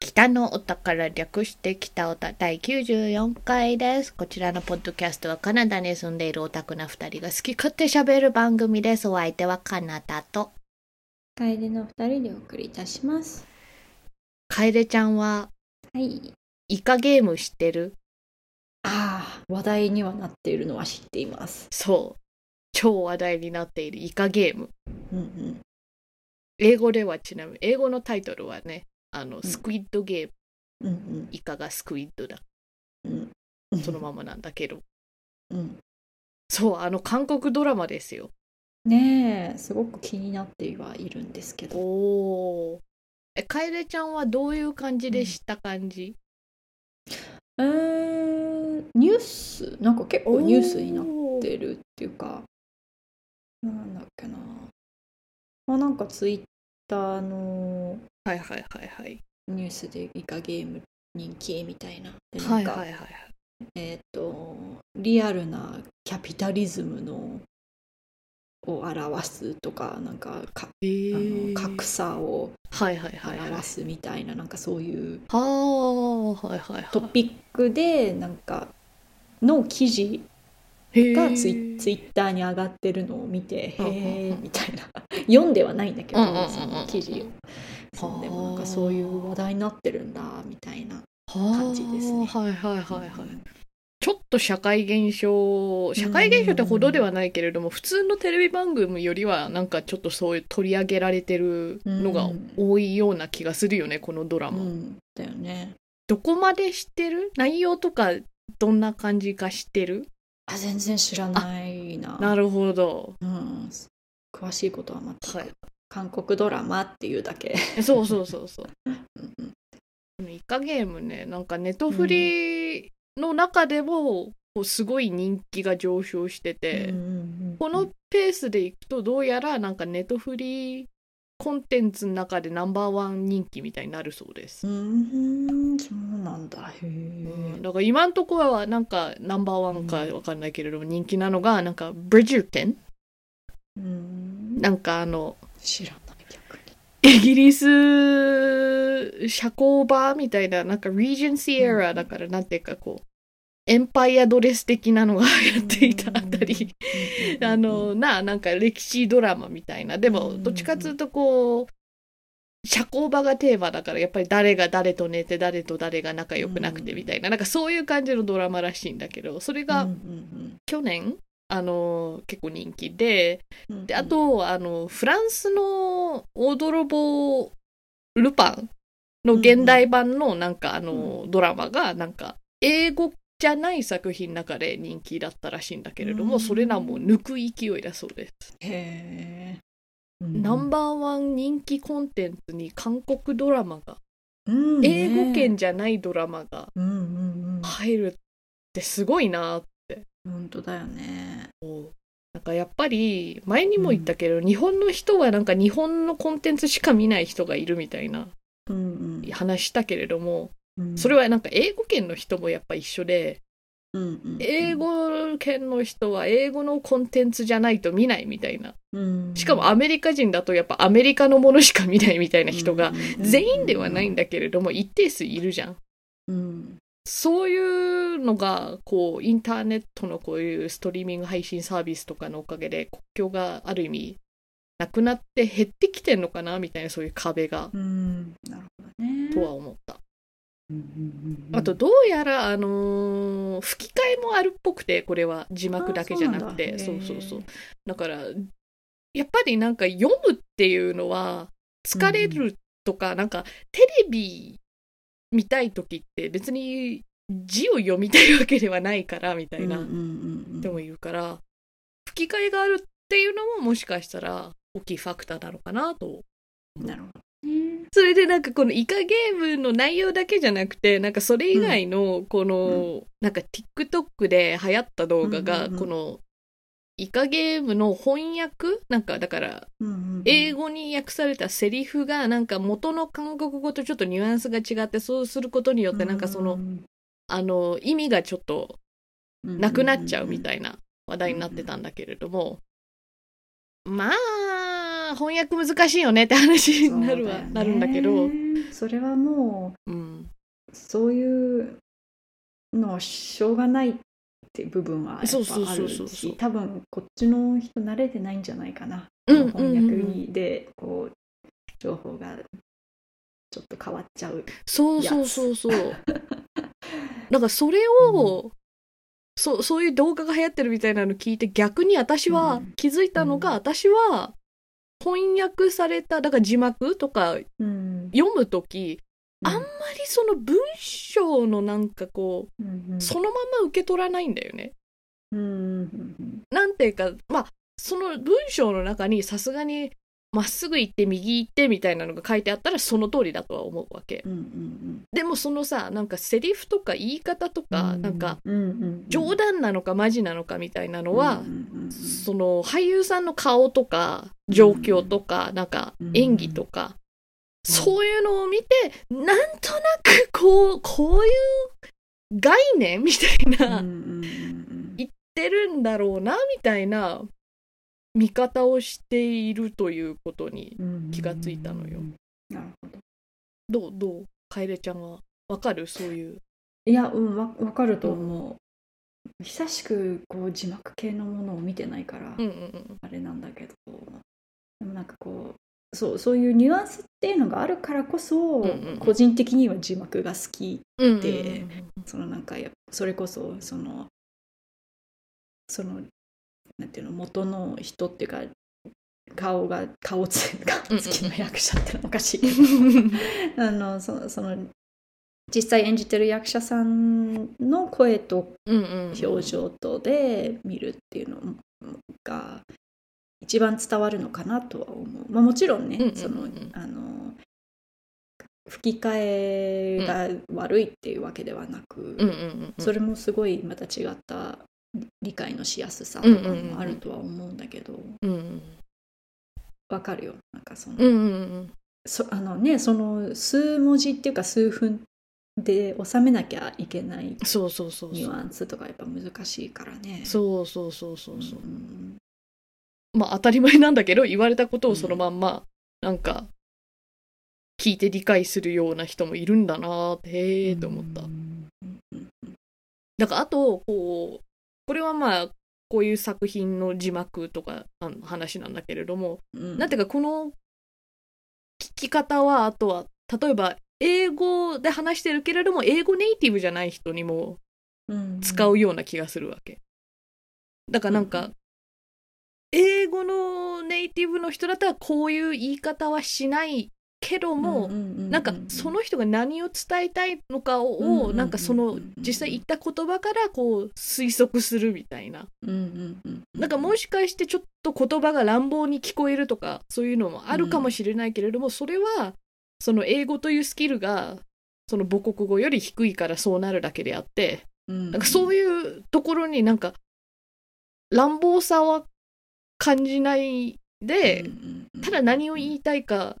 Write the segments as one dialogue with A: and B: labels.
A: 北のお宝略して北おた第94回です。こちらのポッドキャストはカナダに住んでいるオタクな2人が好き勝手喋る番組です。お相手はカナダと。
B: 楓の二人でお送りいたします。
A: 楓ちゃんは
B: はい。
A: イカゲーム知ってる
B: ああ、話題にはなっているのは知っています。
A: そう。超話題になっているイカゲーム。
B: うんうん。
A: 英語ではちなみに、英語のタイトルはね、あの、スクイッドゲーム。
B: うん
A: イカがスクイッドだ。
B: うん。うん。
A: そのままなんだけど。
B: うん。
A: そう、あの、韓国ドラマですよ。
B: ねえ、すごく気になってはいるんですけど。
A: おお。え、楓ちゃんはどういう感じでした感じ、
B: えー、ニュース、なんか結構ニュースになっ
A: って
B: るっていうか、なんだっけな。まあなんかツイッターの
A: はいはいはいはい。
B: ニュースでイカゲーム人気みたいな。でな
A: は
B: ん
A: い
B: か
A: はいはいはい。
B: えっとリアルなキャピタリズムのを表すとかなんかか
A: え
B: あ
A: ー
B: の格差を
A: はいはいはいはい。
B: 表すみたいななんかそういう
A: はあ、はいはいはい。
B: トピックでなんかの記事がツイ,、
A: へー
B: ツイッターに上がってるのを見て「
A: うんうんうん
B: へえ」みたいな読んではないんだけど、
A: うんうんうんうん
B: その記事を。そうでもなんかそういう話題になってるんだみたいな感じですね
A: はあはいはいはいはい。ちょっと社会現象、社会現象ってほどではないけれども、普通のテレビ番組よりは、なんかちょっとそういう取り上げられてるのが多いような気がするよね、このドラ
B: う
A: マ。
B: ん、だよね。
A: どこまで知ってる内容とかどんな感じか知ってる
B: あ全然知らないな。
A: なるほど。
B: うん、詳しいことは全く、
A: はい
B: 韓国ドラマっていうだけ。
A: そうそうそうそう。
B: うんうん
A: このイカゲームね、なんかネトフリの中でも、こうすごい人気が上昇してて、
B: うんうんうん
A: このペースでいくとどうやらなんかネトフリコンテンツの中でナンバーワン人気みたいになるそうです。
B: うーん、そうなんだ。へ
A: うん
B: え。
A: だから今のところはなんかナンバーワンかわかんないけれども人気なのがなんかブリジュテン
B: うん、
A: なんかあの
B: 知らない逆に。
A: イギリス社交場みたいな、なんかリージェンシーエラ
B: う
A: ー
B: ん
A: だから、なんていうかこう、エンパイアドレス的なのがやっていたあたり、
B: う ん、
A: あ
B: うん
A: の、な、なんか歴史ドラマみたいな。でも、
B: うん
A: どっちかっていうとこう、社交場がテーマだから、やっぱり誰が誰と寝て、誰と誰が仲良くなくてみたいな、なんかそういう感じのドラマらしいんだけど、それ
B: う
A: が
B: んうん
A: 去年、あの、結構人気で、
B: うん
A: であ、とあのフランスの大泥棒ルパンの現代版のなんか、あのドラマがなんか英語じゃない作品の中で人気だったらしいんだけれども、
B: うん
A: それらも抜く勢いだそうです、
B: へえ。
A: ナンバ
B: バ
A: ーワン人気コンテンツに韓国ドラマが、
B: ー
A: 英語圏じゃないドラマが
B: うんうんうん。
A: 入るってすごいな
B: 本当だよね。
A: なんかやっぱり前にも言ったけど、日本の人はなんか日本のコンテンツしか見ない人がいるみたいな
B: うん
A: 話したけれども、
B: うん。
A: それ
B: は
A: はなんか英語圏の人もやっぱ一緒で、英語圏の人は英語のコンテンツじゃないと見ないみたいな。しかもアメリカ人だとやっぱアメリカのものしか見ないみたいな人が、全員ではないんだけれども一定数いるじゃん。
B: うん
A: そういうのが、こう、インターネットのこういうストリーミング配信サービスとかのおかげで、国境がある意味、なくなって減ってきてんのかなみたいな、そういう壁が、
B: うん、なるほどね。
A: とは思った。
B: うんうんうん
A: あと、どうやら、あのー吹き替えもあるっぽくて、これは字幕だけじゃなくて、
B: あ
A: そ
B: そううなんだ
A: そ
B: へ
A: う
B: ー
A: そう。だから、やっぱりなんか読むっていうのは、疲れるとか、なんかテレビ見たい時って別に字を読みたいわけではないから、みたいな
B: うんうんうんうん
A: 人もいるから、吹き替えがあるっていうのももしかしたら大きいファクターなのかなと
B: なるほどね。
A: それでなんかこのイカゲームの内容だけじゃなくてなんかそれ以外のこの、なんか TikTok で流行った動画が
B: うんうんうん
A: このイカゲームの翻訳なんかだから
B: うんうんうん
A: 英語に訳されたセリフがなんか元の韓国語とちょっとニュアンスが違ってそうすることによってなんかその、あの意味がちょっとなくなっちゃうみ
B: い
A: たいな話題になってたんだけれども、ままあ翻訳難しいよねって話になる
B: そうだ
A: は、
B: よね
A: なるんだけど、
B: それはも
A: うん、
B: うそういうのはしょうがないって部分はや
A: そう
B: っ
A: そう
B: ぱあ
A: そ
B: る
A: うそうそう
B: し多分こっちの人慣れてないんじゃないかな、
A: うん
B: 翻訳
A: うんうん
B: にでこう情報がちょっと変わっちゃう
A: そうそうそうそう なんかそれを、そうそういう動画が流行ってるみたいなの聞いて逆に私
B: う
A: は
B: ん
A: 気づいたのが、
B: うん
A: 私は翻訳されただから字幕とか
B: うん
A: 読む時
B: うん
A: あんまりその文章のなんかこう
B: うんうん
A: そのまま受け取らないんだよね。
B: うんうんうん
A: なんていうかまあその文章の中にさすがにまっすぐ行って右行ってみたいなのが書いてあったらその通りだとは思うわけ。
B: うんうんうん
A: でもそのさなんかセリフとか言い方とか、
B: うん
A: なんか
B: うんうんうん
A: 冗談なのかマジなのかみたいなのは、
B: うんうんうん
A: その俳優さんの顔とか状況とか、なんか演技とか、
B: うん
A: そういうのを見てなんとなくこうこういう概念みたいな、言
B: う
A: っ
B: んうんうん
A: てるんだろうなみたいな見方をしているということに
B: うん
A: 気がついたのよ。
B: なるほど。
A: どうどう楓ちゃんはわかるそういう。
B: いや、うん、わわかると思う。久しくこう字幕系のものを見てないから、
A: うんうんうん
B: あれなんだけど、でもなんかこう、そうそういうニュアンスっていうのがあるからこそ、
A: んうん
B: 個人的には字幕が好き。
A: うんうんうん
B: でそのなんかやそれこそそのそのなんていうの元の人っていうか顔が顔つ顔つきの役者ってのはおかしいけど。 あのそその実際演じてる役者さんの声と
A: うんうんうん
B: 表情とで見るっていうのが一番伝わるのかなとは思う、まあ、もちろんね、
A: うんうんうん
B: そのあの吹き替えが悪いっていうわけではなく、
A: うんうんうんうん
B: それもすごいまた違った理解のしやすさとかもあるとは思うんだけどわ、
A: うんうん
B: かるよなんかその、
A: うんうんうん
B: そあのねその数文字っていうか数分で収めなきゃいけない
A: そうそうそう
B: ニ
A: そ
B: ュ
A: う
B: アンスとかやっぱ難しいからね。
A: そうそうそうそうそう、
B: ん
A: まあ当たり前なんだけど言われたことをそのまんま、なんか聞いて理解するような人もいるんだなってへえと思った、
B: うん
A: だからあとこうこれはまあこういう作品の字幕とかあの話なんだけれども、
B: うん
A: なんていうかこの聞き方はあとは例えば英語で話してるけれども英語ネイティブじゃない人にも
B: うん
A: 使うような気がするわけ。だからなんか、
B: う
A: 英語のネイティブの人だったらこういう言い方はしないけども、
B: うん
A: なんかその人が何を伝えたいのかを、
B: うんうんうんうん
A: なんかその実際言った言葉からこう推測するみたいな。
B: うんうんう
A: なんかもしかしてちょっと言葉が乱暴に聞こえるとかそういうのもあるかもしれないけれども、それはその英語というスキルがその母国語より低いからそうなるだけであって、なんかそう
B: い
A: いうところになんか乱暴さは感じないで、
B: うん
A: ただ何を言いたいか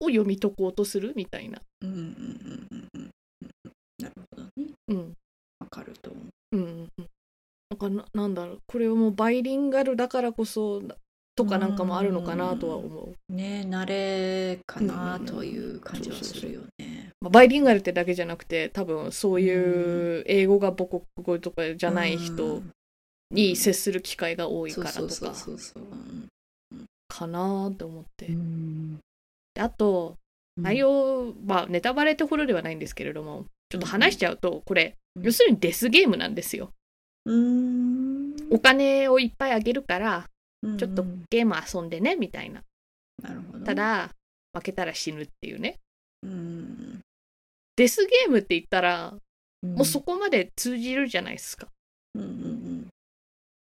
A: を読み解こうとするみたいな。
B: うんうんうんうんうんうんなるほどね
A: うん
B: わかると思う
A: うん、なんかななんだろうこれはもうバイリンガルだからこそとかなんかもあるのかなとは思う。
B: ね慣れかな
A: うんうんうん
B: という感じはするよね。
A: まあバイリンガルってだけじゃなくて多分そういう英語が母国語とかじゃない人に接する機会が多いから
B: そ
A: と
B: うそう
A: か
B: そうそううん
A: かなと思って。
B: うん
A: であと内容はネタバレってほどではないんですけれどもちょっと話しちゃうとこれ
B: うん
A: 要するにデスゲームなんですよ
B: うん
A: お金をいっぱいあげるからちょっと
B: うんうん
A: ゲーム遊んでねみたいな
B: なるほど
A: ただ負けたら死ぬっていうね
B: うん
A: デスゲームって言ったらもうそ
B: こ
A: こまで通じるじゃないですか
B: うんうん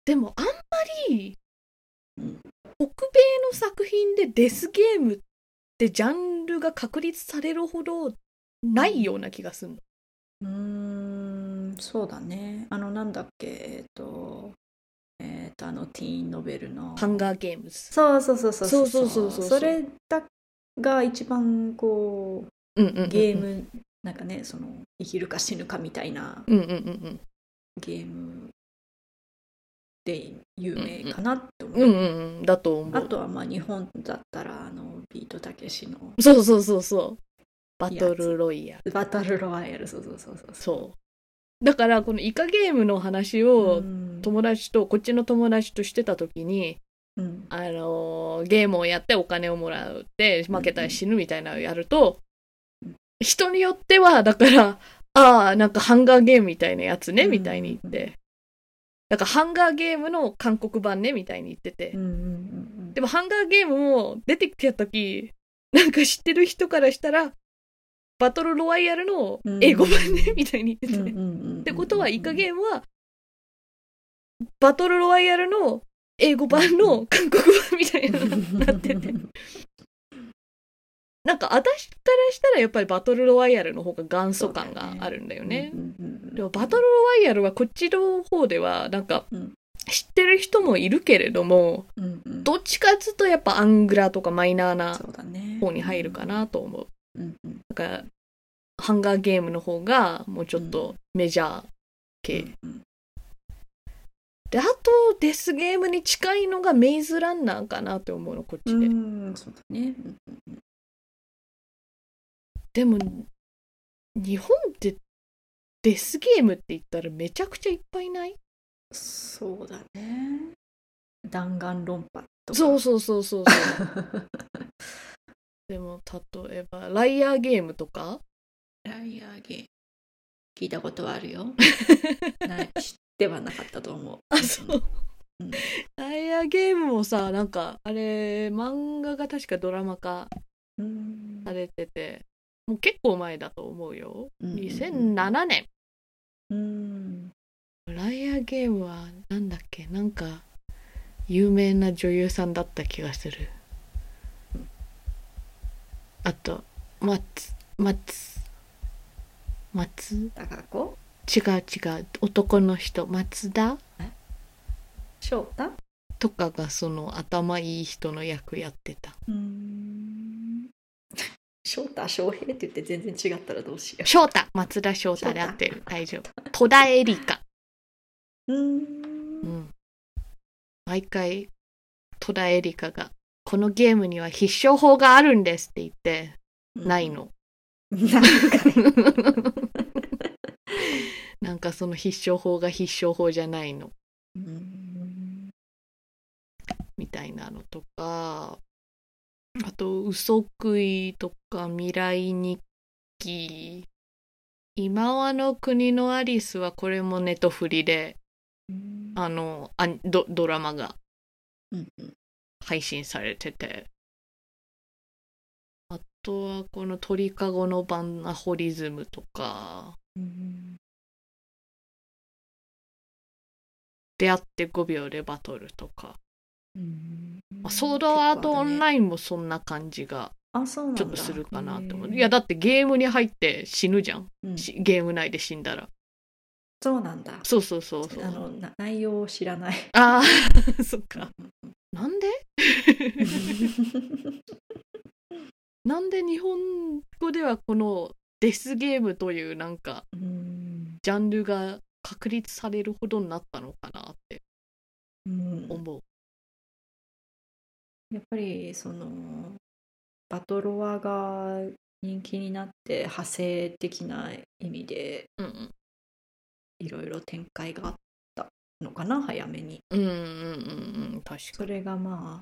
A: でもあんまり
B: うん
A: 北米の作品でデスゲームってジャンルが確立されるほどないような気がするの
B: うんうーんそうだねあのなんだっけえっとえっとあのティーンノベルの
A: ハンガーゲームズ
B: そうそうそうそう
A: そうそうそうそう
B: それだが一番こう
A: うんうんうんうん
B: ゲームなんかねその生きるか死ぬかみたいな
A: うんうんうんうん
B: ゲームで有名かなって思う、
A: うんうんうんだと思
B: あ
A: う
B: とはまあ日本だったらあのビートたけしの
A: そうそうそうそうバトルロイヤル
B: バトルロワイヤルそうそうそうそう
A: そうだからこのイカゲームの話を
B: ん
A: 友達とこっちの友達としてた時に、
B: うん
A: あのーゲームをやってお金をもらうって負けたら死ぬみたいなのをやると、人によってはだからああなんかハンガーゲームみたいなやつね
B: うん
A: みたいに言って、なんかハンガーゲームの韓国版ねみたいに言ってて、
B: うんうんうん
A: でもハンガーゲームも出てきた時なんか知ってる人からしたらバトルロワイヤルの英語版ね
B: うん
A: みたいに言ってて、
B: うんうんうんうん
A: ってことはイカゲームはバトルロワイヤルの英語版の韓国版みたいなのになって てなんか私からしたらやっぱりバトルロワイヤルの方が元祖感があるんだよね。
B: うんうんうん
A: でもバトルロワイヤルはこっちの方ではなんか
B: うん
A: 知ってる人もいるけれども
B: うんうん
A: どっちかっつうとやっぱアングラとかマイナーな
B: そうだね
A: 方に入るかなと思う。
B: うんうん
A: だからハンガーゲームの方がもうちょっとメジャー系。
B: うん
A: であとデスゲームに近いのがメイズランナーかなって思うのこっ
B: う
A: ちで、
B: んうんそうだねうん
A: でも日本ってデスゲームって言ったらめちゃくちゃいっぱいない
B: そうだね弾丸論破とか
A: そうそうそうそうそうでも例えばライアーゲームとか
B: ライアーゲーム聞いたことはある よない知ってはなかったと思う
A: あそう
B: うん
A: ライアーゲームもさなんかあれ漫画が確かドラマ化
B: うん
A: されててもう結構前だと思うよ
B: うんうんうん
A: 2007年
B: うん
A: ライアーゲームはなんだっけなんか有名な女優さんだった気がするあと松松松違
B: だからこ
A: う違う男の人松田
B: う翔太
A: とかがその頭いい人の役やってた
B: うん翔太翔平って言って全然違ったらどうしよ
A: 翔太松田翔太で合ってる大丈夫戸田恵梨香
B: うう
A: うんん毎回戸田恵梨香が「このゲームには必勝法があるんです」って言ってないの。
B: なんかね
A: なんかその必勝法が必勝法じゃないの
B: うん
A: みたいなのとかあと「嘘食い」とか「未来日記」「今はの国のアリス」はこれもネトフリであのあドドラマが
B: うんうん
A: 配信されててあとはこの「鳥かごのバナホリズム」とか
B: うん
A: 「出会って5秒でバトル」とか、
B: うん
A: まあ、ソードアートオン
B: イ
A: ラインもそんな感じが
B: ンあそうなん
A: ち
B: だ
A: ょっとするかなと思
B: へ
A: う。
B: ー
A: いやだってゲームに入って死ぬじゃん。
B: うん
A: しゲーム内で死んだら。
B: そうなんだ
A: そうそうそうそう。
B: あのな内容を知 らない
A: ああ そっか。なん でなんで日本語ではこのデスゲームというなんか
B: うん
A: ジャンルが確立されるほどになったのかなって
B: うん
A: 思う。
B: やっぱりそのバトロワが人気になって派生的な意味で
A: うんうん
B: いろいろ展開があったのかな早めに。
A: うんうんうんうん確か
B: それがまあ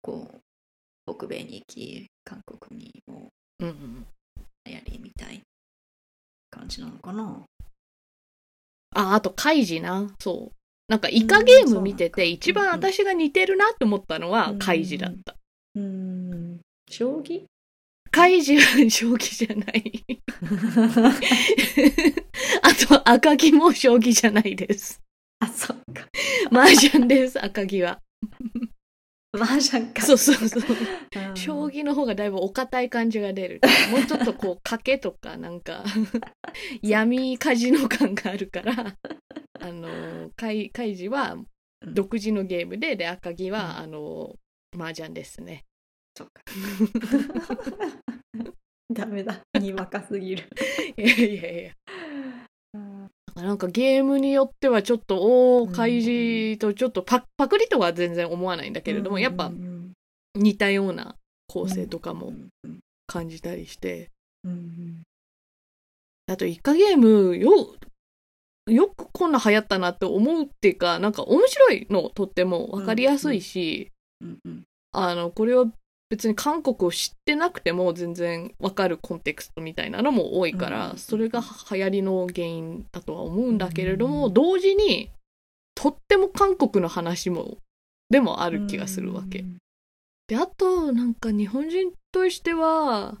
B: こう北米に行き韓国にも
A: に。うんうん、
B: 流行りみたいな感じなのかな。
A: ああとカイジな。そう。なんかイ
B: う
A: カ
B: ん
A: ゲーム見て
B: そうなんだ
A: て一番私が似てるなと思ったのはカイジだった。
B: うん将棋
A: カイジは将棋じゃない。 あと、赤木も将棋じゃないです。
B: あそっか
A: 麻雀です、赤木は。
B: 麻雀か。
A: そうそうそう。
B: うん
A: 将棋の方がだいぶお堅い感じが出る。もうちょっとこう、賭けとか、なん か、闇カジノ感があるから、あの、カイカイジは
B: うん
A: 独自のゲームで、で、赤木は、
B: うん
A: あの、麻雀ですね。
B: そ っか。ダメだ。に若すぎる。
A: いやいやいや。なんかゲームによってはちょっとおお開示とちょっとパパクリとは全然思わないんだけれども、やっぱ
B: うん
A: 似たような構成とか
B: う
A: も
B: んうん
A: 感じたりして、
B: うん
A: あとイカゲームよよくこんな流行ったなって思うっていうかなんか面白いのとっても分かりやすいし、
B: うんうん
A: あのこれは別に韓国を知ってなくても全然分かるコンテクストみたいなのも多いから、
B: うん
A: それが流行りの原因だとは思うんだけれども、
B: うん
A: 同時にとっても韓国の話もでもある気がするわけ。
B: うん
A: であとなんか日本人としては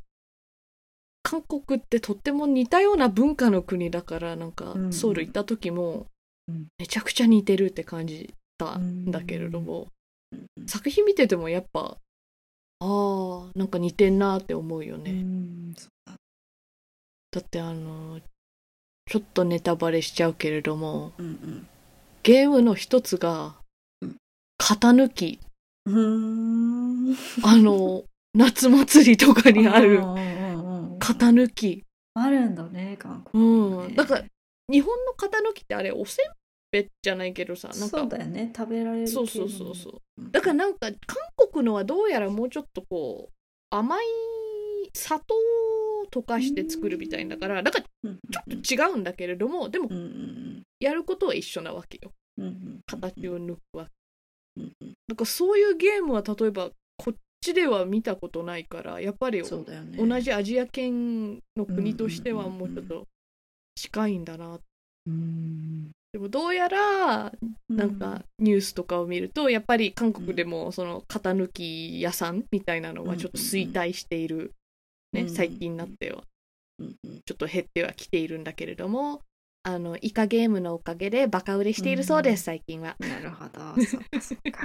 A: 韓国ってとっても似たような文化の国だからなんか
B: うん
A: ソウル行った時も
B: うん
A: めちゃくちゃ似てるって感じたんだけれども
B: うん
A: 作品見ててもやっぱあーなんか似てんなって思うよ
B: う
A: ね
B: んそうだ
A: だってあのちょっとネタバレしちゃうけれども
B: うん
A: ゲームの一つが
B: うん
A: 型抜き
B: うんうーん
A: あ の夏祭りとかにある
B: うんうんうんうん
A: 型抜き
B: あるんだね韓国
A: うん、
B: ね
A: だから日本の型抜きってあれおせんべいじゃないけどさなんか
B: そうだよね食べられる
A: そうそうそうそううだからなんか韓国のはどうやらもうちょっとこう甘い砂糖を溶かして作るみたいだからだから
B: ちょっ
A: 違うんだけれどもでも
B: うんうん
A: やることは一緒なわけよ
B: うんうん
A: 形を抜くわけ
B: うんうん
A: だからそういうゲームは例えばこっちでは見たことないからやっぱり
B: そうだよね
A: 同じアジア圏の国としては
B: うんうん
A: も
B: う
A: う
B: んう
A: んちょっと近いんだな
B: うん
A: でもどうやらなんかニュースとかを見るとやっぱり韓国でもその型抜き屋さんみたいなのはちょっと衰退している、
B: う
A: ね
B: ん、
A: 最近になっては
B: うんうん
A: ちょっと減ってはきているんだけれどもあのイカゲームのおかげでバカ売れしているそうです最近は。
B: なるほどそっかそっか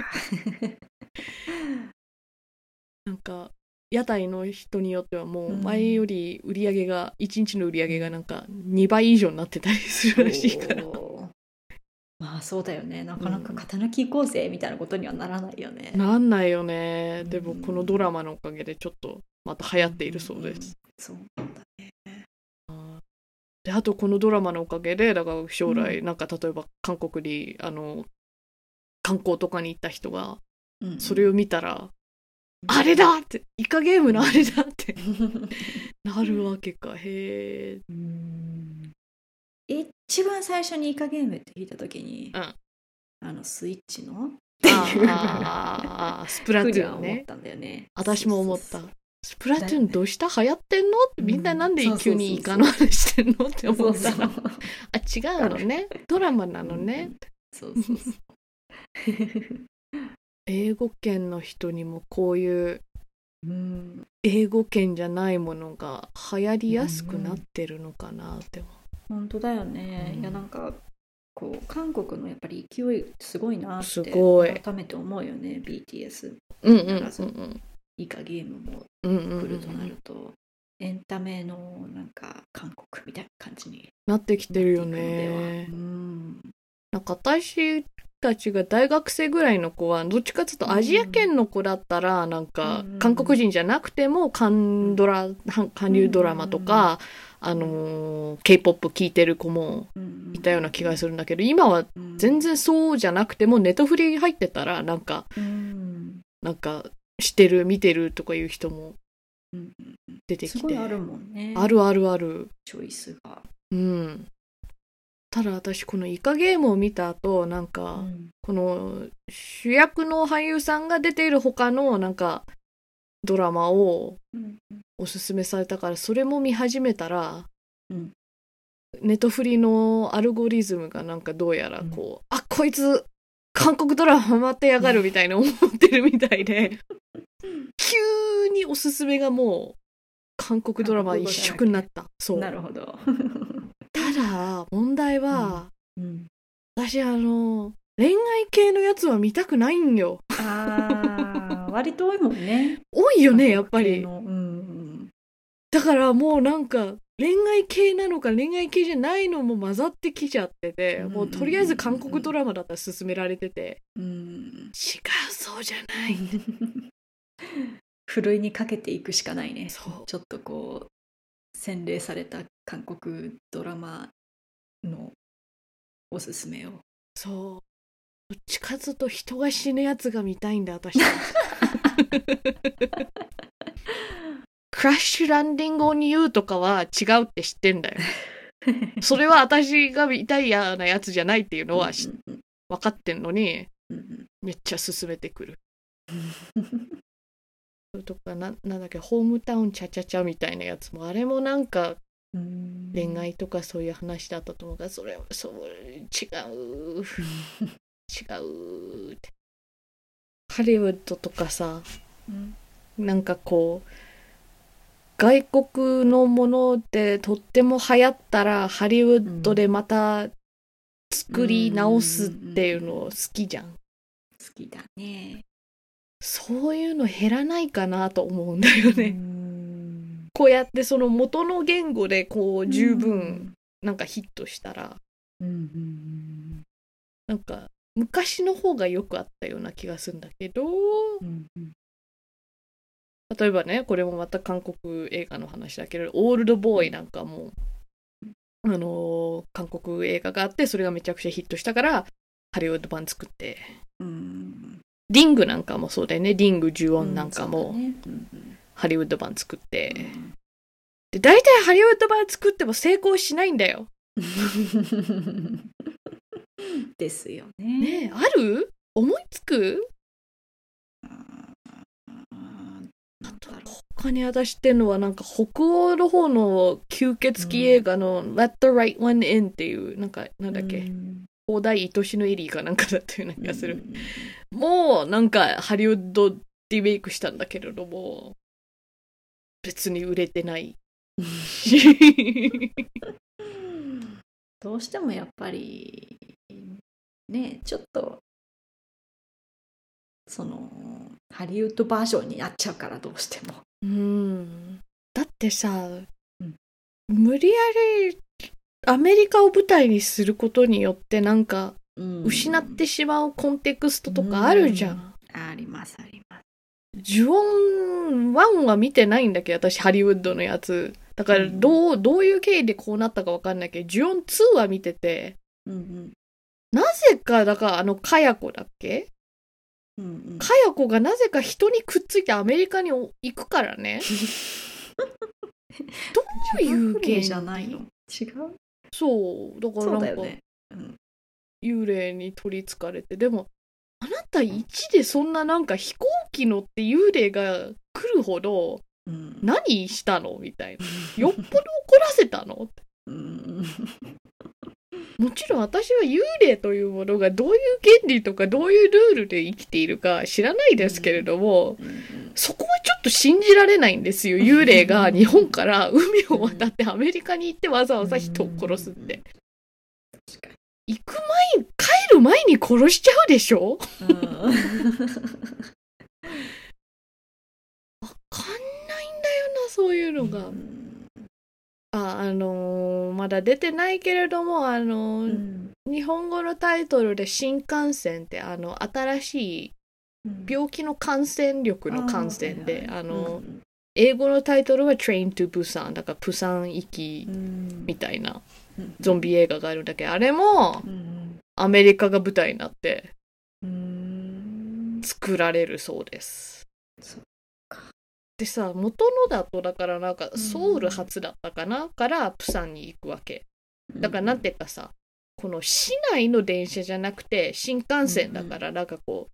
A: なんか屋台の人によってはもう前より売り上げが1日の売り上げがなんか2倍以上になってたりするらしいから。
B: おーまあそうだよねなかなか型抜き行こうぜみたいなことにはならないよね
A: なんないよね。でも
B: うん
A: このドラマのおかげでちょっとまた流行っているそうです。
B: そうなんだね
A: であとこのドラマのおかげでだから将来なんか例えば韓国にあの観光とかに行った人が
B: うんうん
A: それを見たら「あれだ!」って「イカゲームのあれだ!」ってなるわけかへえ
B: うんえ一番最初にイカゲームって弾いた時に、
A: うん
B: あのスイッチの
A: あーあーあースプラト
B: ク
A: ゥ
B: リア
A: ーン
B: 思っ
A: ね
B: たんだよね
A: 私も思った
B: そう
A: スプラトゥーンどうした流行ってんのってみんななんで
B: うん
A: 急にイ
B: そうそうそうそ
A: カ
B: う
A: の話してんのって
B: そ
A: 思
B: う
A: った
B: そう
A: らあ違うのねドラマなのね
B: そうそうそう
A: 英語圏の人にもこういう
B: うん
A: 英語圏じゃないものが流行りやすくなってるのかなって思
B: 本当だよね、
A: うん
B: いやなんかこう韓国のやっぱり勢いすごいなっ
A: す
B: て
A: ごい
B: 改めて思うよね BTS
A: う。うん
B: うんうん
A: ん
B: 以下ゲームも
A: うんう
B: 来るとなんると、エンタメのなんか韓国みたいな感じに
A: なってきてるよ
B: なって
A: ね
B: いくのでは。うん
A: なんか私たちが大学生ぐらいの子はどっちかっていうとアジア圏の子だったらなんか
B: うん
A: 韓国人じゃなくても韓ドラ韓韓流ドラマとかあのー K-POP 聴いてる子も
B: うんうん
A: いたような気がするんだけど今は
B: うん
A: 全然そうじゃなくてもネットフリ入ってたらなんか
B: うん
A: なんかしてる見てるとかいう人も
B: うん
A: 出てきて
B: すごいあるもんね
A: あるあるある
B: チョイスが、
A: うんただ私このイカゲームを見た後なんか、
B: うん
A: この主役の俳優さんが出ている他のなんかドラマを
B: うん
A: おすすめされたからそれも見始めたら、
B: うん
A: ネットフリのアルゴリズムがなんかどうやらこう、あこいつ韓国ドラマハマってやがるみたいな思ってるみたい で急におすすめがもう韓国ドラマ一色になったそう
B: なるほど、
A: ただ問題は、
B: うん、
A: 私あの恋愛系のやつは見たくないんよ
B: あー割と多いもんね
A: 多いよねやっぱ
B: 韓
A: り
B: 国系のうん
A: だからもうなんか恋愛系なのか恋愛系じゃないのも混ざってきちゃってて、
B: うん
A: もうとりあえず韓国ドラマだったら勧められてて、
B: うんう
A: 違う
B: ん
A: そうじゃない
B: ふるいにかけていくしかないね
A: そう
B: ちょっとこう洗礼された韓国ドラマのおすすめを
A: そうどっちかずと人が死ぬやつが見たいんだ私はクラッシュランディング・オン・ユーとかは違うって知ってんだよそれは私が見たいやなやつじゃないっていうのはし
B: うん
A: 分かってんのに
B: うんうん
A: めっちゃ勧めてくるそれとかななんだっけホームタウンチャチャチャみたいなやつもあれもなんか
B: うん
A: 恋愛とかそういう話だったと思うからそれそう違う違うってハリウッドとかさ
B: うん
A: なんかこう外国のものでとっても流行ったらハリウッドでまた作り直すっていうの好きじゃん。
B: 好きだね
A: そういうの減らないかなと思うんだよね。
B: うん
A: こうやってその元の言語でこう十分なんかヒットしたら
B: うんうん
A: なんか昔の方がよくあったような気がするんだけど
B: うんうんうん
A: 例えばねこれもまた韓国映画の話だけど「オールドボーイ」なんかもあのー韓国映画があってそれがめちゃくちゃヒットしたからハリウッド版作って
B: うん
A: 「リング」なんかもそうだよね「リング10音」なんか
B: う
A: も
B: んそうだねうん
A: ハリウッド版作って、
B: うん
A: で大体ハリウッド版作っても成功しないんだよ。
B: ですよね。
A: ねえある思いつく
B: うんなんだろう
A: 他に私してんのはなんか北欧の方の吸血鬼映画の「Let the Right One In」っていうなんかなんだっ
B: う
A: け
B: ん
A: 放題愛しのエリーかなんかだったような気がする、もうなんかハリウッドリメイクしたんだけれども別に売れてない し
B: うんどうしてもやっぱりねちょっとそのハリウッドバージョンになっちゃうからどうしても。
A: うんだってさ、
B: うん
A: 無理やりアメリカを舞台にすることによってなんか失ってしまうコンテクストとかあるじゃん。
B: ありますあります。
A: 呪音1は見てないんだけど、私、ハリウッドのやつ。だから、どう、どういう経緯でこうなったかわかんないけど、呪音2は見てて、
B: うん
A: なぜか、だから、あの、かやこだっけ
B: うんうんうん
A: かやこがなぜか人にくっついてアメリカに行くから ね。どういう経
B: 系
A: 緯
B: じゃないの違う
A: そう。だから
B: そうだ
A: なん
B: よ
A: か、
B: ね。うん
A: 幽霊に取り憑かれて。でも、あなた1でそんななんか飛行機乗って幽霊が来るほど、
B: うん
A: 何したのみたい な。よっぽど怒らせたの
B: うん
A: もちろん私は幽霊というものがどういう原理とかどういうルールで生きているか知らないですけれども、そこはちょっと信じられないんですよ。幽霊 が日本から海を渡ってアメリカに行ってわざわざ人を殺すって。
B: 確かに
A: 行く前、帰る前に殺しちゃうでしょわかんないんだよな、そう いうのが。あ、あのーまだ出てないけれども、あのー日本語のタイトルで新幹線ってあの新しい病気の感染力の感染であ,、の、英語のタイトルは Train to Busan だからプサン行きみたいなゾン
B: ビ
A: ビ映画があるんだけどあれもアメリカが舞台になって作られるそうです
B: そっか
A: でさ元のだとだからなんかソウル発だったかな、からプサンに行くわけだからなんていうかさこの市内の電車じゃなくて新幹線だからなんかこう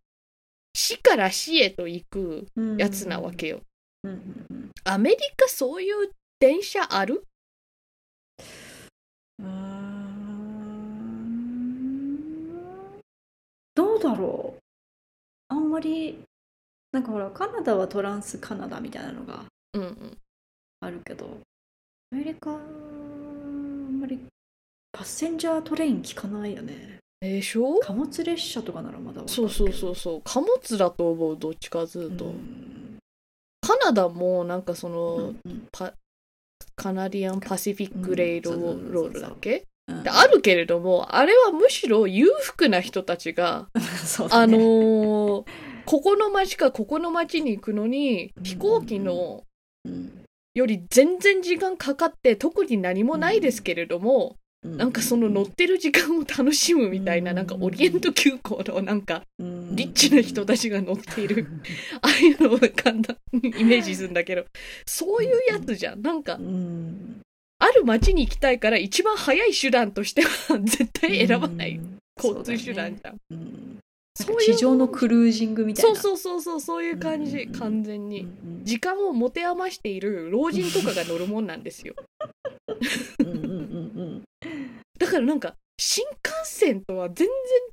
A: 市から市へと行くやつなわけよ。アメリカそういう電車ある
B: どうだろうあんまりなんかほらカナダはトランスカナダみたいなのが
A: うんうん。
B: あるけどアメリカあんまりパッセンジャートレイン聞かないよね
A: でしょ
B: 貨物列車とかならまだわかるけ
A: そ
B: ど
A: うそうそうそう貨物だと思うどっちかずうと、
B: ん
A: カナダもなんかそうの
B: んうん
A: カナディアンパシフィックレイローロールだっけ
B: うん
A: であるけれどもあれはむしろ裕福な人たちが
B: そうだ
A: あ
B: ね
A: のー ここの町かここの町に行くのに
B: うん
A: 飛行機の
B: うん
A: より全然時間かかって特に何もないですけれども、なんかその乗ってる時間を楽しむみたいな、
B: うん
A: なんかオリエント急行のなんかリ
B: リ
A: ッチな人たちが乗っている、ああいうのを簡単にイメージするんだけど、そういうやつじゃん。なんか
B: う、ん
A: ある街に行きたいから一番早い手段としては絶対 選ばない
B: うん
A: 交通手段じゃん。
B: そうだねうんなん
A: そう
B: か
A: いう
B: 地上のクルージングみたい
A: そう
B: な
A: そうそうそう、そういう感じ、
B: うん
A: 完全に。
B: うん
A: 時間を持て余している老人とかが乗るもんなん ですよ。
B: うんうんうん
A: だからなんか、新幹線とは全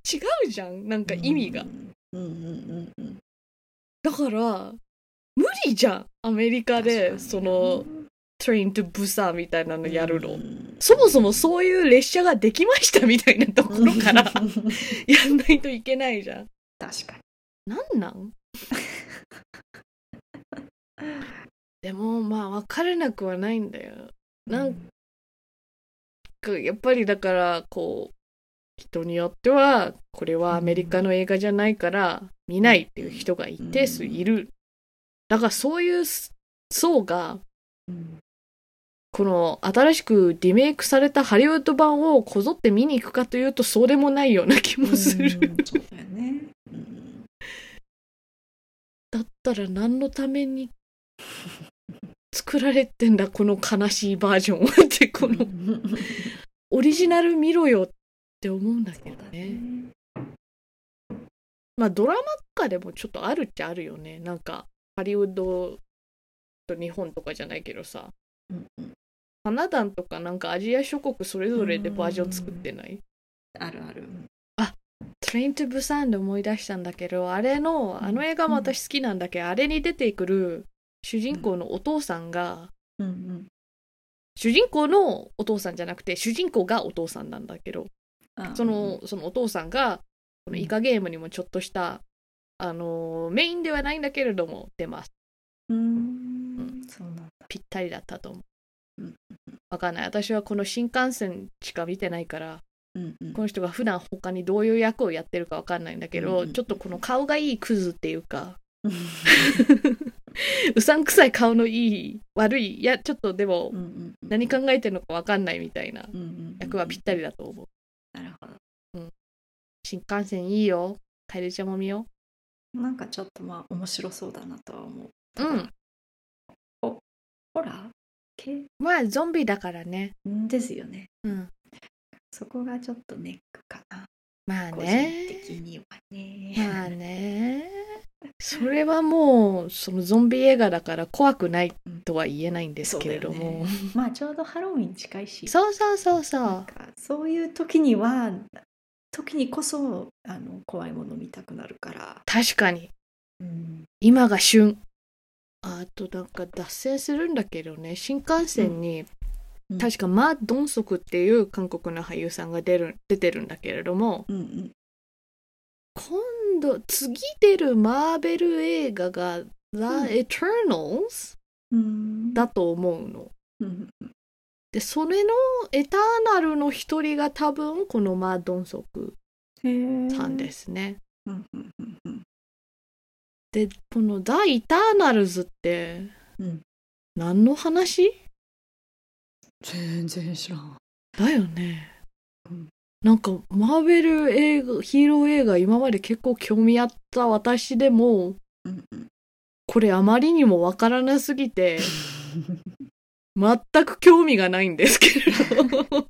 A: 然違うじゃん。なん
B: う
A: か
B: ん
A: 意味が
B: う。んうんうんうん
A: だから、無理じゃん。アメリカ
B: 確か
A: で、
B: に
A: その、Train to Busan みたいなのやるの。
B: うん
A: そもそもそういう列車ができましたみたいなところからや
B: 確か
A: んないといけないじゃん。
B: に
A: なん なんでもまあ分からなくはないんだよ。なんかやっぱりだからこう人によってはこれはアメリカの映画じゃないから見ないっていう人が一定数いる。だからそういう層が
B: うん
A: この新しくリメイクされたハリウッド版をこぞって見に行くかというとそうでもないような気もする。
B: うんそうだよねうん
A: だったら何のために 作られてんだこの悲しいバージョンはってこのオリジナル見ろよって思うんだけ
B: そう
A: ど
B: だ
A: ね。
B: ね
A: まあドラマとかでもちょっとあるっちゃあるよね。なんかハリウッドと日本とかじゃないけどさ
B: うんうん
A: カナダンとかなんかアジア諸国それぞれでバージョン作ってない
B: あるある
A: トレイントゥブサンで思い出したんだけど、あれの、あの映画も私好きなんだけど、あれに出てくる主人公のお父さんが、
B: うんうん
A: 主人公のお父さんじゃなくて、主人公がお父さんなんだけど、
B: あ
A: その、そのお父さんが、このイカゲームにもちょっとした、あのー、メインではないんだけれども、出ます。
B: うんそうなんだ
A: ぴったりだったと思う
B: うん。
A: わかんない。私はこの新幹線しか見てないから、
B: うんうん
A: この人が普段他にどういう役をやってるかわかんないんだけど、
B: うん
A: ちょっとこの顔がいいクズっていうか、うさんくさい顔のいい悪いいやちょっとでも
B: うんうんうん
A: 何考えてるのか分かんないみたいな
B: うんうんうん
A: 役はぴったりだと思う
B: なるほど
A: 新幹線いいよカエルちゃんも見よ
B: なんかちょっとまあ面白そうだなとは思
A: う
B: う
A: うん
B: ホラー系
A: まあゾンビだからね
B: ですよね
A: うん
B: そこがちょっとネックかな、
A: まあ
B: 個人
A: ね
B: 的にはね、
A: まあねそれはもうそのゾンビ映画だから怖くないとは言えないんですけれども
B: まあちょうどハロウィン近いし
A: そう,、そうそうそう
B: なんかそういう時には時にこそあの怖いもの見たくなるから、
A: 確かに
B: うん、
A: 今が旬あとなんか脱線するんだけどね新幹線に
B: うん
A: 確かマ・ドンソクっていう韓国の俳優さんが出る出てるんだけれども
B: うんうん
A: 今度次出るマーベル映画が「The
B: ん
A: Eternals
B: うん」
A: だと思うの。
B: うん
A: でそれのエターナルの一人が多分このマ・ドンソク
B: へー
A: さんですね。
B: うんうんうんうん
A: でこの「The Eternals」って
B: うん
A: 何の話
B: 全然知らん
A: だよね
B: うん。
A: なんかマーベル映画ヒーロー映画今まで結構興味あった私でも
B: うんうん
A: これあまりにもわからなすぎて全く興味がないんですけれど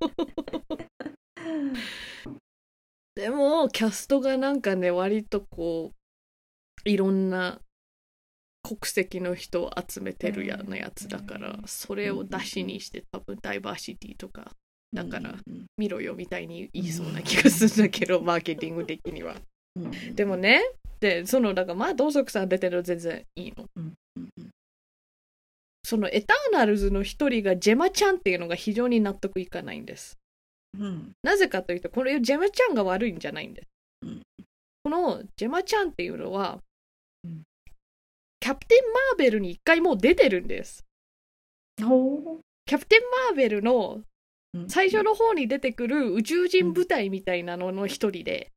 A: でもキャストがなんかね割とこういろんな国籍の人を集めてるようなやつだからそれを出しにして多分ダイバーシティとかだから
B: うん
A: 見ろよみたいに言いそうな気がするんだけどマーケティング的には。
B: うんうん
A: でもねでそのだからまあ同族さん出てるの全然いいの。
B: うんうん
A: そのエターナルズの一人がジェマちゃんっていうのが非常に納得いかないんです。
B: うん
A: なぜかというと、これジェマちゃんが悪いんじゃないんです。
B: うん
A: このジェマちゃんっていうのは、
B: うん
A: キャプテン・マーベルに一回もう出てるんです。
B: ほ
A: キャプテン・マーベルの
B: ううん
A: 最初の方に出てくる宇宙人部隊みたいなのの一人で、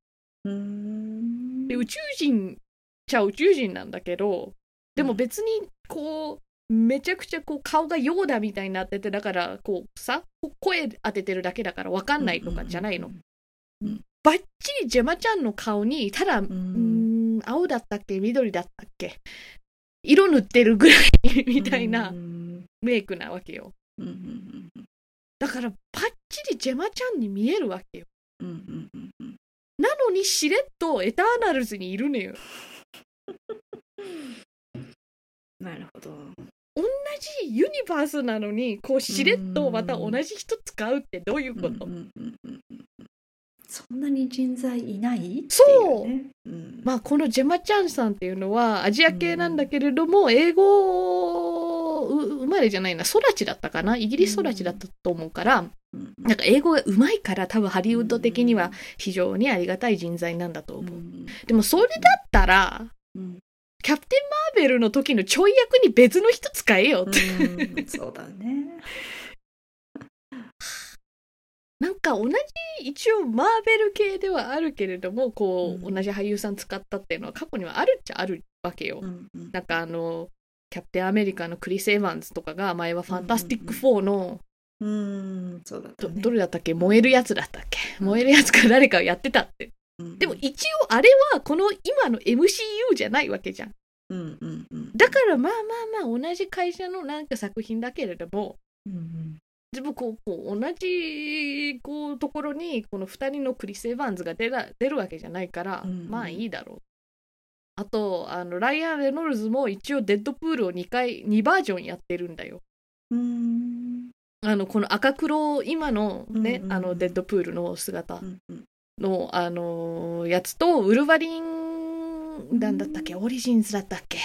B: うーん
A: で宇宙人ちゃ宇宙人なんだけどでも別にこうめちゃくちゃこう顔がヨーダみたいになっててだからこうさこ声当ててるだけだから分かんないとかじゃないの、
B: うん
A: バッチリジェマちゃんの顔にただ、うーん、青だったっけ緑だったっけ色塗ってるぐらい みたいな
B: うん
A: メイクなわけよ
B: うんうん
A: だからバッチリジェマちゃんに見えるわけよ
B: うんうんうんうん
A: なのにしれっとエターナルズにいるのよ
B: なるほど
A: 同じユニバースなのにこうしれっとまた同じ人使うってどういうこと、
B: うんうんうんうんうんそんなに人材いないっていう、ね、
A: そう
B: うん
A: まあこのジェマちゃんさんっていうのはアジア系なんだけれども、英語う生まれじゃないな育ちだったかなイギリス育ちだったと思うから、
B: うん
A: なんか英語がうまいから多分ハリウッド的には非常にありがたい人材なんだと
B: うん
A: 思う、でもそれだったら
B: うん
A: キャプテン・マーベルの時のちょい役に別の人使えよって、
B: うんそうだね
A: なんか同じ一応マーベル系ではあるけれどもこう、
B: うん
A: 同じ俳優さん使ったっていうのは過去にはあるっちゃあるわけよ、
B: うんうん
A: なんかあの、キャプテンアメリカのクリス・エヴァンズとかが前はファンタスティック4の、
B: うんそうだった
A: ど
B: ね
A: どれだったっけ燃えるやつだったっけ燃えるやつか誰かやってたって。
B: うん
A: でも一応あれはこの今の MCU じゃないわけじゃん。
B: うんうんうん
A: だからまあまあまあ同じ会社のなんか作品だけれども、
B: うん
A: でもこうこう同じこうところにこの2人のクリス・エヴァンズが出ら出るわけじゃないから、
B: うん
A: まあいいだろう。あとあのライアン・レノルズも一応デッドプールを2回2バージョンやってるんだよ。
B: うん
A: あのこの赤黒今のね、
B: うんうん
A: あのデッドプールの姿
B: うんうん
A: の、あのーやつとウルヴァリンなんだったっけオリジンズだったっけ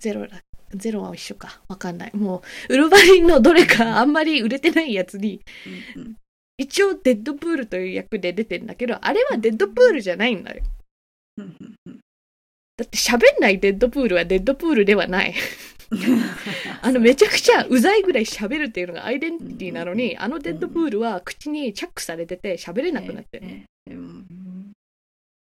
A: ゼロだゼロは一緒かわかんないもうウルヴァリンのどれかあんまり売れてないやつに
B: うんうん
A: 一応デッドプールという役で出てんだけどあれはデッドプールじゃないんだよ
B: うんうんうん
A: だって喋んないデッドプールはデッドプールではないあのめちゃくちゃうざいぐらい喋るっていうのがアイデンティティなのに、あのデッドプールは口にチャックされてて喋 れなくなってる
B: え えうん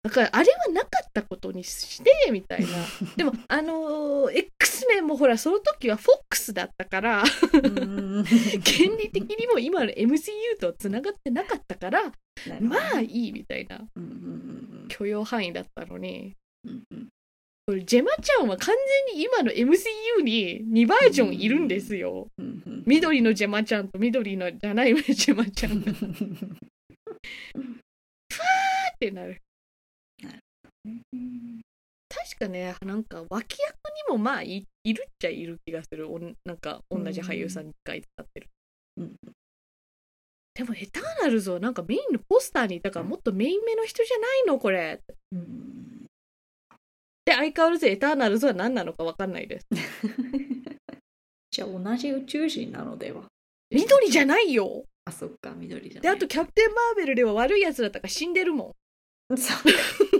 A: だからあれはなかったことにしてみたいなでもあのー X メンもほらその時は FOX だったから
B: うん
A: 権利的にも今の MCU とはつながってなかったから
B: なるほど
A: まあいいみたいな
B: うんうん
A: 許容範囲だったのに
B: うんうんうん
A: これジェマちゃんは完全に今の MCU に2バージョンいるんですよ
B: うんうん
A: 緑のジェマちゃんと緑のじゃないジェマちゃんがってなる確かねなんか脇役にもまあいいるっちゃいる気がするおんなんか同じ俳優さんに1回使ってる、
B: うん
A: でもエターナルズはなんかメインのポスターにいたからもっとメイン目の人じゃないのこれ
B: うん
A: で相変わらずエターナルズは何なのか分かんないです
B: じゃあ同じ宇宙人なのでは
A: 緑じゃないよ
B: あそっか緑じゃ
A: で
B: ない
A: あとキャプテン・マーベルでは悪いやつだったから死んでるも
B: そ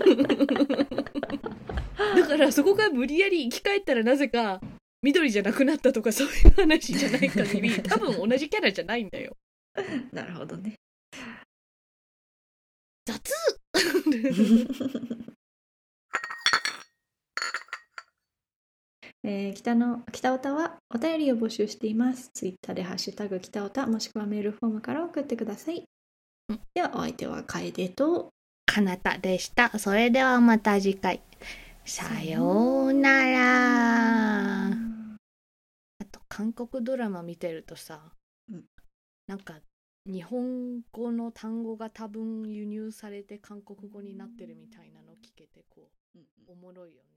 B: うん
A: だからそこが無理やり生き返ったらなぜか緑じゃなくなったとかそういう話じゃない限 り多分同じキャラじゃないんだよ
B: なるほどね
A: 雑
B: えー北の北おたはお便りを募集しています。ツイッターでハッシュタグ北おたもしくはメールフォームから送ってください。ではお相手は楓と
A: かなたでした。それではまた次回。さようなら。あと韓国ドラマ見てるとさ、
B: うん
A: なんか日本語の単語が多分輸入されて韓国語になってるみたいなの聞けてこうおもろいよね。